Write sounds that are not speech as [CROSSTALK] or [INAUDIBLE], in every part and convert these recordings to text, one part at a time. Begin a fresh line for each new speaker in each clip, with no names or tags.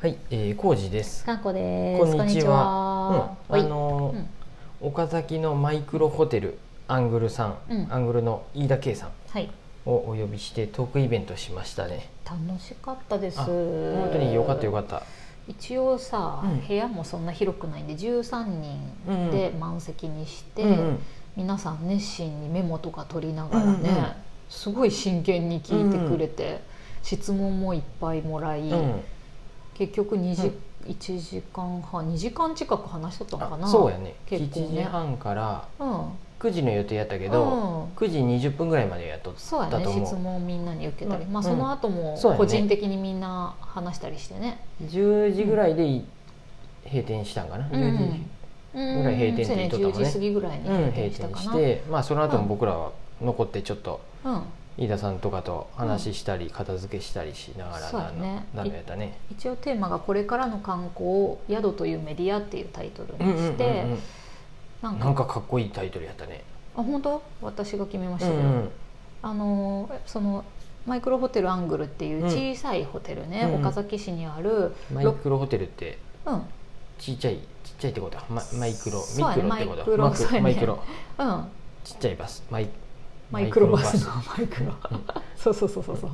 はい、えー、康二です。
かんこです。
こんにちは。うん、
こん
あ
にちは
のー、岡崎のマイクロホテルアングルさん、
うん
アングルの飯田圭さん
はい、
をお呼びしてトークイベントしましたね。
楽しかったです。
あ本当に良かった良か
っ
った。
た。一応さ、
うん
部屋もそんな広くないんで、13人で満席にして、
うんうん、
皆さん熱心にメモとか取りながらね、
うんうん
すごい真剣に聞いてくれて、質問もいっぱいもらい、
うん、
結局2時、
うん
1時間半2時間近く話しとったのか
あ
な。
そうやね。
結
一
構ね
時半から
うん。
九時の予定やったけど、
うん
九時二十分ぐらいまでやっとっ
そうや
た
ね
と思
質問をみんなに受けたり、
うん
まあ、
うん
その後も
そうやね
個人的にみんな話したりしてね
う。十時ぐらいでい閉店したんかな。
うん
十時。
うん
ぐらい閉店って言っとったもんね
そうや10時過ぎぐらいに
うん、
閉
閉
店した
店
か
し
な、
て、まあその後も僕らは残ってちょっと。
うん、
飯田さんとかと話したり片付けしたりしながら
そうやね
なんかやったね。
一応テーマが「これからの観光を宿というメディア」っていうタイトル
うんうん
にして、
うんうん
なんか
なんかかっこいいタイトルやったね。
あ本当私が決めまし
うん
たけ
う
ど、
ん
あのーそのマイクロホテルアングルっていう小さいホテルね、
うん
岡崎市にある、
マイクロホテルって
うん
ちっちゃいちっちゃいってことだ。ママイクロ
そ
ミ
うやね
クロってこと
マイクロ
マク
そうやね
マイクロ
うん、
ちっちゃいバスマイ
マイクロバ
マイ
ス
クロ
のマイクロそうそうそうそうそう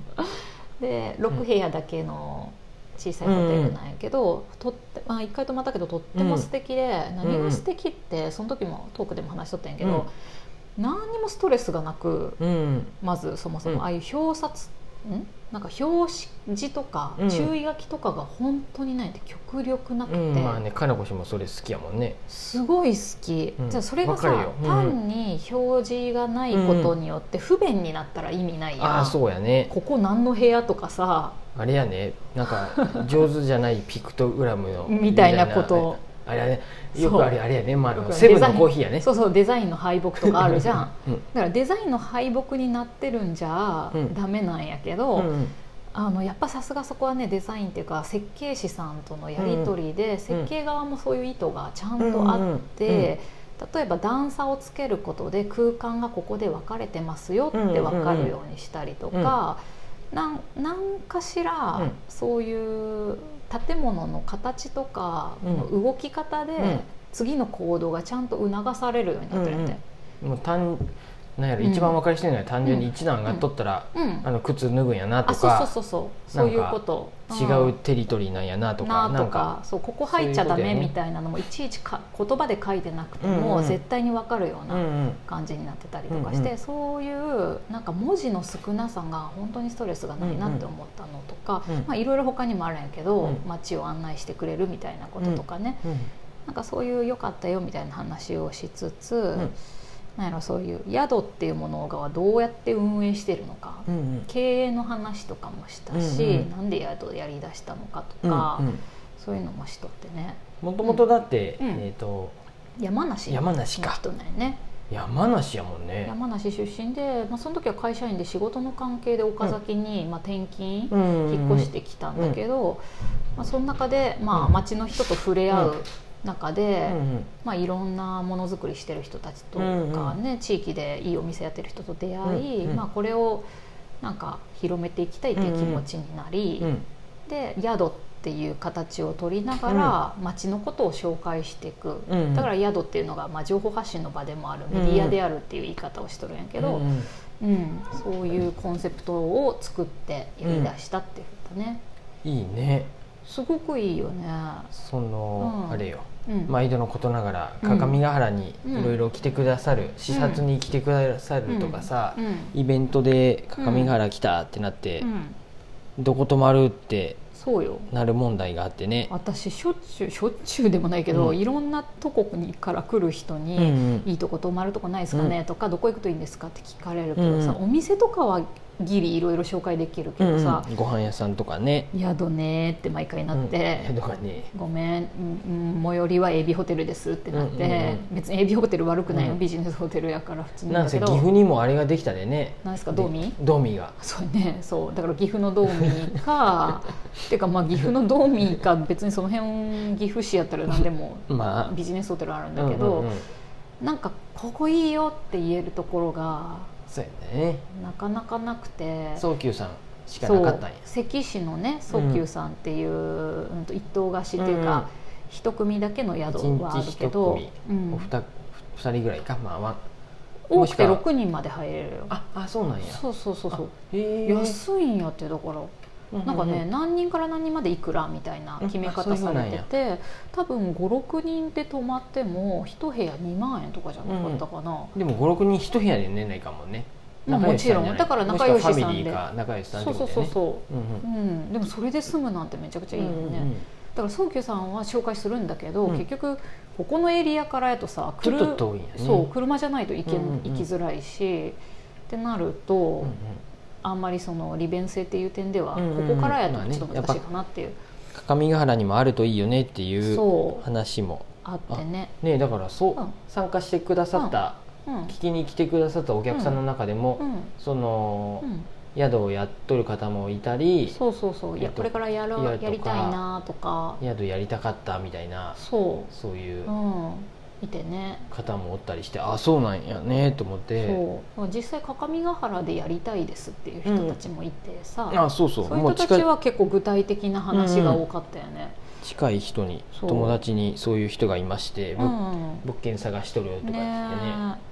で6部屋だけの小さいホテルなんやけど、とってまあ、1回泊まったけどとっても素敵で、何が素敵ってその時もトークでも話しとったんやけど、何にもストレスがなく
うんうん
まずそもそも、
うん
ああいう表札んなんか表示とか
うん
注意書きとかが本当にないって極力なく
う
て、
んまあねかなこ氏もそれ好きやもんね。
すごい好き、
うん
じゃあそれが
わかる
さ
よ、うん
単に表示がないことによって不便になったら意味ないやん、
ああそうやね。
ここ何の部屋とかさ
あれやねなん
[LAUGHS]
か上手じゃないピクトグラムの
みたいなこと
あれやねよくあれあれやねまああ
よ
の
くある
セブン
デザ
の
イン
コーヒーやね。
そうそうデザインの敗北とかあるじゃん
うん
だからデザインの敗北になってるんじゃ
うん
ダメなんやけ
う
ど、
んうん
あのやっぱさすがそこはねデザインっていうか設計士さんとのやり取りで、設計側もそういう意図がちゃんとあって。
うんうんうん
例えば段差をつけることで空間がここで分かれてますよって分かるようにしたりとか、なんなんかしら
うん
そういう建物の形とか
うん
の動き方で
うん
次の行動がちゃんと促されるようになってるって。
もう単なんやろ、
うん
一番分かりしてるのは単純に
うん
一段上がっとったら、
うん
あの靴脱ぐんやなと
あそうそう
か
そうそうそういうこと
違うテリトリーなんやなと
うん
か
な
な
と
んか
かそうここ入っちゃダ
そういうこ
メ
とやね
みたいなのもいちいちか言葉で書いてなくて
うんう
も
ん
絶対に分かるよう
う
なん
うん
感じになってたりとかして、
うんうん
そういうなんか文字の少なさが本当にストレスがないなって思ったのとか、
うんうん
まあ、いろいろ他にもあるんやけど、
うん
街を案内してくれるみたいなこととかね、なんかそういう良かったよみたいな話をしつつ、
ん
なんやろそういう宿っていうものがどうやって運営してるのか、
うんうん
経営の話とかもしたし、
うんうん
なんで宿やりだしたのかとか、
うん
そういうのもしとってね
もともとだって、
うん
えっ、と
山梨
山梨か
人なんやね。
山梨やもんね
山梨出身で、まあ、その時は会社員で仕事の関係で岡崎に、まあ、転勤、
引
引っ越してきたんだけど、まあ、その中で、まあ、町の人と触れ合う中で、まあ、いろんなものづくりしてる人たちとかね、地域でいいお店やってる人と出会い、
うんうん
まあ、これをなんか広めていきたいという気持ちになり、で宿っていう形を取りながら、町のことを紹介していく。だから宿っていうのが、まあ、情報発信の場でもあるメディアであるっていう言い方をしとるんやけど、うん、そういうコンセプトを作ってやりだしたっていうことね、
いいね
すごくいいよね、
その、
うん
あれよ
うん
毎度のことながら
うん
各務原にいろいろ来てくださる、視察に来てくださるとかさ、
うん
イベントで各務原来たってなって、
うん
どこ泊まるって
そうよ
なる問題があってね。
私しょっちゅうしょっちゅうでもないけど、
うん
いろんなとこにから来る人に、
うんうん
いいとこ泊まるとこないですかね、とかどこ行くといいんですかって聞かれるけどさ、
うん
お店とかはギリいろいろ紹介できるけどさ、
うんうんご飯屋さんとかね。
宿ねーって毎回なって、
うんとかね。
ごめん、うんうん、最寄りはエビホテルですってなって、
うんうんうん
別にエビホテル悪くないよ、
うん
ビジネスホテルやから普通な
なんん
だ
せ
け
岐
ど
阜にもあれができたでね。
なんですかドーミー
ドーミーが。
そうねそうだから岐阜のドーミ
[LAUGHS]
ーかっていうかまあ岐阜のドーミーか別にその辺岐阜市やったら何でも
ま
ビジネスホテルある
あ。
んだけど、
うんうんうん
なんかここいいよって言えるところが
そうやね。
なかなかなくて
早急さん。しか
そ
なかっ
う
たんや
関市のね早急さんっていう、うんと一棟貸しっていうか、一組だけの宿はあるけど
一日一、う
う
んん、おふた二人ぐらいかまあワン
多くて
もしく
6人まで入れるよ
ああそうなんや
そうそうそうそう
へえ
安いんやってだからなんかね、何人から何人までいくらみたいな決め
うん
方
あそうい
さ
うのな
れ
ん
て
や
て多分56人で泊まっても一部屋2万円とかじゃなかったかな、
でも56人一部屋で寝ないかもね
まあ
仲良しさ
もちろん
じゃない
だから仲良しさん
も
で
しくはファミリーか仲良しさんっ
そ
て
う
こと
そう
だ
そ
よね
うそう
うんうん
うん、でもそれで住むなんてめちゃくちゃいいよね、
うんうん
だから早急さんは紹介するんだけど、
うん
結局ここのエリアからやとさ
ちょっと
車
遠いんやね
そう車じゃないと行け、
うんうんうん
行きづらいしってなると、
うんうん
あんまりその利便性っていう点では、
うんうんうん
ここからや
まあ
と
ね
ちょっと難しいかなっていう、
各務原にもあるといいよねっていう
そう
話も
あってね、
ねだからそう、
うん
参加してくださった、
うんうん
聞きに来てくださったお客さんの中でも、その、
うん、
宿をやっとる方もいたり
そうそうそうい
え
や
っと
これからや
や
ろ
るとか
やりたいなとか
宿やりたかったみたいな
そ
そういう
う、うん、いてね
方もおったりして、あそうなんやねと思って
そう実際各務原でやりたいですっていう人たちもいてさ、
あそうそう
そういう
もう
人た
近
ち
い
は結構具体的な話が多かったよね。
近い人に
そう
友達にそういう人がいまして、
う
ぶ
ん、
物件探しとるよとか
ね
言ってね
え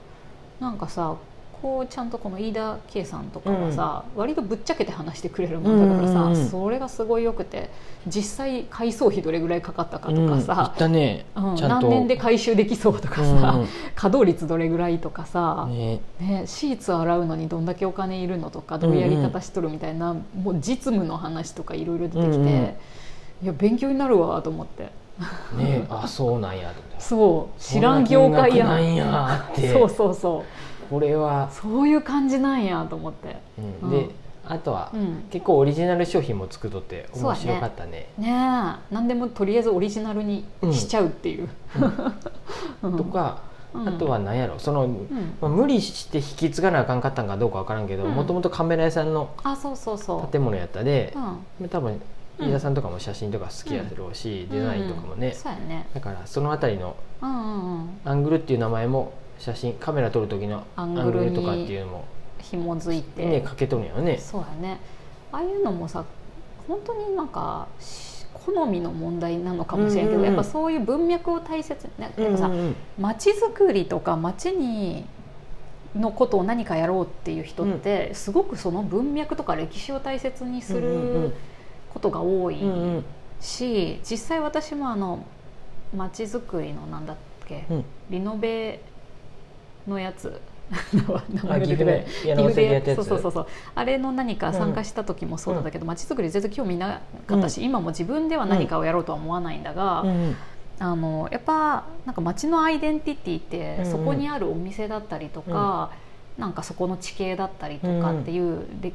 なんかさこうちゃんとこの飯田圭さんとかはさ、割とぶっちゃけて話してくれるもんだからさ、
うんうんうん
それがすごいよくて実際改装費どれぐらいかかったかとか
うん、行
さ
っ、たね、
うん
ちゃんと
何年で回収できそうとかさ、稼働率どれぐらいとか
う
さ
ん、ね
ね、シーツ洗うのにどんだけお金いるのとかどういうやり方しとるみたいな、もう実務の話とかいろいろ出てきて、
うんうん
いや勉強になるわと思って
ねあそうなんやと思って
そう知らん業界や
そ
ん
んな金額なんやって
そうそうそう
これは、
そういう感じなんやと思って、
うん
うん
であとは、
うん、
結構オリジナル商品も作っとって面
そうだ
白
ね
かったね
ねえ何でもとりあえずオリジナルにしちゃうっていう、うん
と、か、
うん
あとは何やろその、
うん、
まあ、無理して引き継がなあかんかったんかどうかわからんけど
うん
もともとカメラ屋さんの
あそうそうそ
建物やったで
う、う、ん
多分
うん
飯田さんとかも写真とか好きやろうし、デザインとかも
うん
ね、
そうやね
だからその辺りの
うんうんうん
アングルっていう名前も写真カメラ撮る時のア
ア
ン
ン
グ
グルに
ルとかっていうのも
紐づいて、
ねかけとるんやろね
そうやねああいうのもさ本当になんかし好みの問題なのかもしれんけ
うんう
ど、
んうん
やっぱそういう文脈を大切にな
う
なん
んう
かさ、
ん
街づくりとか街にのことを何かやろうっていう人って、すごくその文脈とか歴史を大切にすることが多い
うんうんうん
し、実際私もあの街づくりのなんだっけ、
うん
リノベのやつ [LAUGHS] 名
あ
前が
岐
出て
阜
こない
でやらせでやったや
そ
つ
うそうそうそうあれの何か参加した時もそうだけどまち、づくり全然興味なかったし、今も自分では何かをやろうとは思わないんだが、
うんうん
あのやっぱなんか街のアイデンティティって、
うんうん
そこにあるお店だったりとか、なんかそこの地形だったりとかっていう、で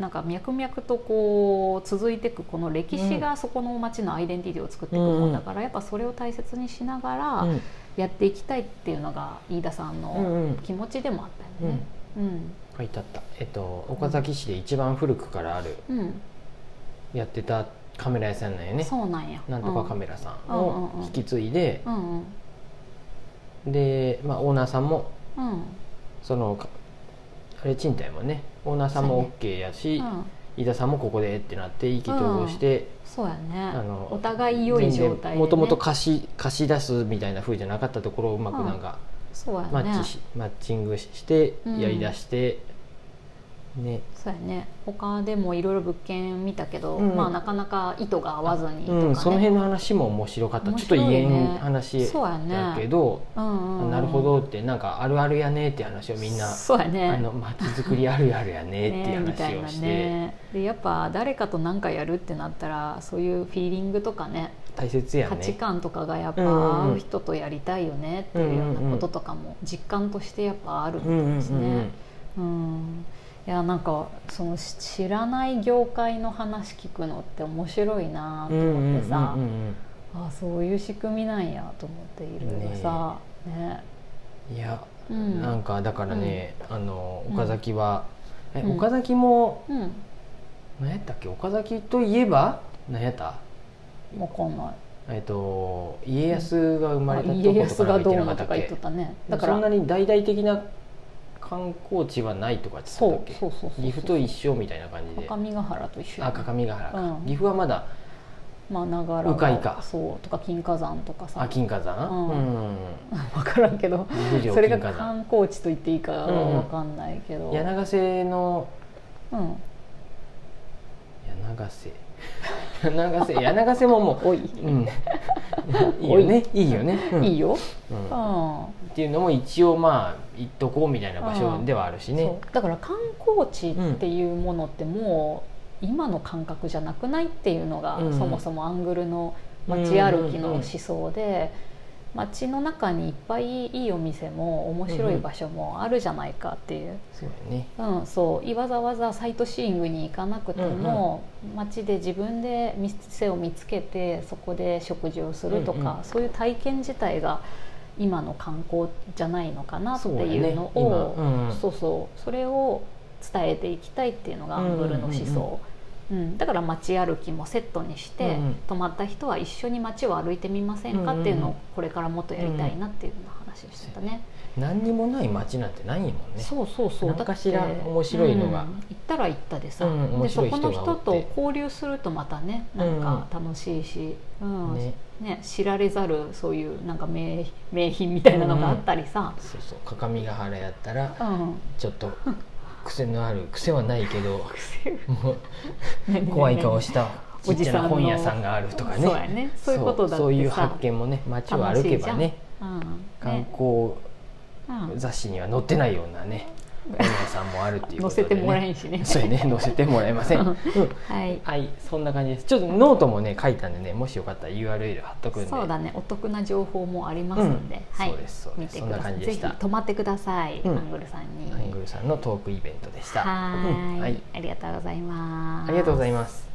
なんか脈々とこう続いていくこの歴史がそこの街のアイデンティティを作っていくもんだから、やっぱそれを大切にしなが
う
ら
ん
やっていきたいっていうのが飯田さん
うんう
の
ん
気持ちでもあったよね。うん
書いてあった、えっと、岡崎市で一番古くからある
うん、
やってたカメラ屋さんなんよね
そうなんや。
なんとかカ
メ
メラさん
うんうんう
を
ん
引き継いで、
うんうん
で、まあ、オーナーさんも
うんうん
そのかあれ賃貸もねオーナーさんも OK やし、飯田さんもここでってなって意気投合して、
そうやね。
あの
お互い良い状態で、ね。
もともと貸し貸し出すみたいな風じゃなかったところをうまくなんか、
そうやね。
マッチしマッチングして
うん
やりだして、ね
そうやね他でもいろいろ物件見たけど、
うん
まあなかなか意図が合わずにとか、ね
うん、その辺の話も面白かった、ちょっと言え
面白い
ん
ね
話
そうやね
だけど、
うんうんうん
なるほどってなんかあるあるやねって話をみんな、
そうやね
あの街づくりあるあるやねってい
[LAUGHS] ね
う
みた
話
い
を
な
して、
ねでやっぱ誰かと何かやるってなったらそういうフィーリングとかね
大切や
価値
ね
観とかがやっぱ
うんうんうん
合う人とやりたいよねっていうようなこととかも実感としてやっぱある
うんうん
んですね。
うんうん
うんいやなんかそのし知らない業界の話聞くのって面白いなと思ってさ、
うんうんうん
あそういう仕組みなんやと思っていろいろさね
うんいや、
うん
なんかだからね、あの岡崎は、え
うん
岡崎も
うん
何やったっけ岡崎といえば何やった
わかんない
えっと家康が生まれた
あ
とこと
家
か
康が
なんか
どう
言ってなか
の
った
と
っ
か言っ
け
とったねだ
だか
か
らそんな
ら
に大々的な観光地はないとかって言
そ
ってた
う
っ
そうそうそ
け
う
岐阜と一緒みたいな感じで
各務原と一緒や
あ
ね
各務原か、
うん
岐阜はまだ
まあ長良
鵜飼か
そうとか金華山とかさ
あ金華山
う
う
ん
ん、
分からんけど
岐阜城
それが
金華山
観光地と言っていいかは分かんないけど、うん
柳ヶ瀬の柳ヶ瀬柳ヶ瀬柳ヶ瀬もも
多い、
う、
[LAUGHS]
うん、いいよねいいよね、うん
いいよ、
う
うんん
っていうのも一応まあ行っとこうみたいな場所ではあるしね
そうだから観光地っていうものってもう今の感覚じゃなくないっていうのが、
うん
そもそもアングルの街歩きの思想で、街の中にいっぱいいいお店も面白い場所もあるじゃないかっていう、
そうよね
うんそうわざわざサイトシーイングに行かなくても、街で自分で店を見つけてそこで食事をするとか、
うんう
そういう体験自体が今の観光じゃないのかなって
そうだ
いう
ね
の
今
を
うん
そうそうそれを伝えていきたいっていうのがアングルの思想、うんだから街歩きもセットにして、
うんうん
泊まった人は一緒に街を歩いてみませんかっていうのをこれからもっとやりたいなっていうような話をしてたね。
何にもない街なんてないもんね
そうそうそう
なんかし
だ
ら
って
面白いのが
うん行ったら行ったでさ、
うん面
でそ
白い
こ
人が
の
多くて
人と交流するとまたねなんか楽しいし、うんね
ね
知られざるそういうなんか名名品みたいなのがあったりさ、
そうそう各務原やったら
うん
[LAUGHS] ちょっと癖のある癖はないけ
[LAUGHS]
ど
癖
もう
が
怖い顔
[LAUGHS]
したちっちゃな本屋さんがあるとかね
そうやねそういうことだってさ
そうそういう発見もね街を歩けばね
うん
観
ね
光
うん
雑誌には載ってないようなね本屋さんもあるっていう
乗 [LAUGHS]
ことで、
せ
ね、
てもらえんしね
[LAUGHS] そうやね載せてもらえま
[LAUGHS]
せん、う
う
んん、
はい
はいそんな感じですちょっとノートもね書いたんでねもしよかったら URL 貼っとくんで
そうだねお得な情報もありますんで、
うん
はい
そうですそうです
見て
そん
く
な
ださ
感じ
い
で
ぜひ
した
泊まってください、
うん
アングルさんに
アングルさんのトークイベントでした
はーい,、
うんはい
ありがとうございます。
ありがとうございます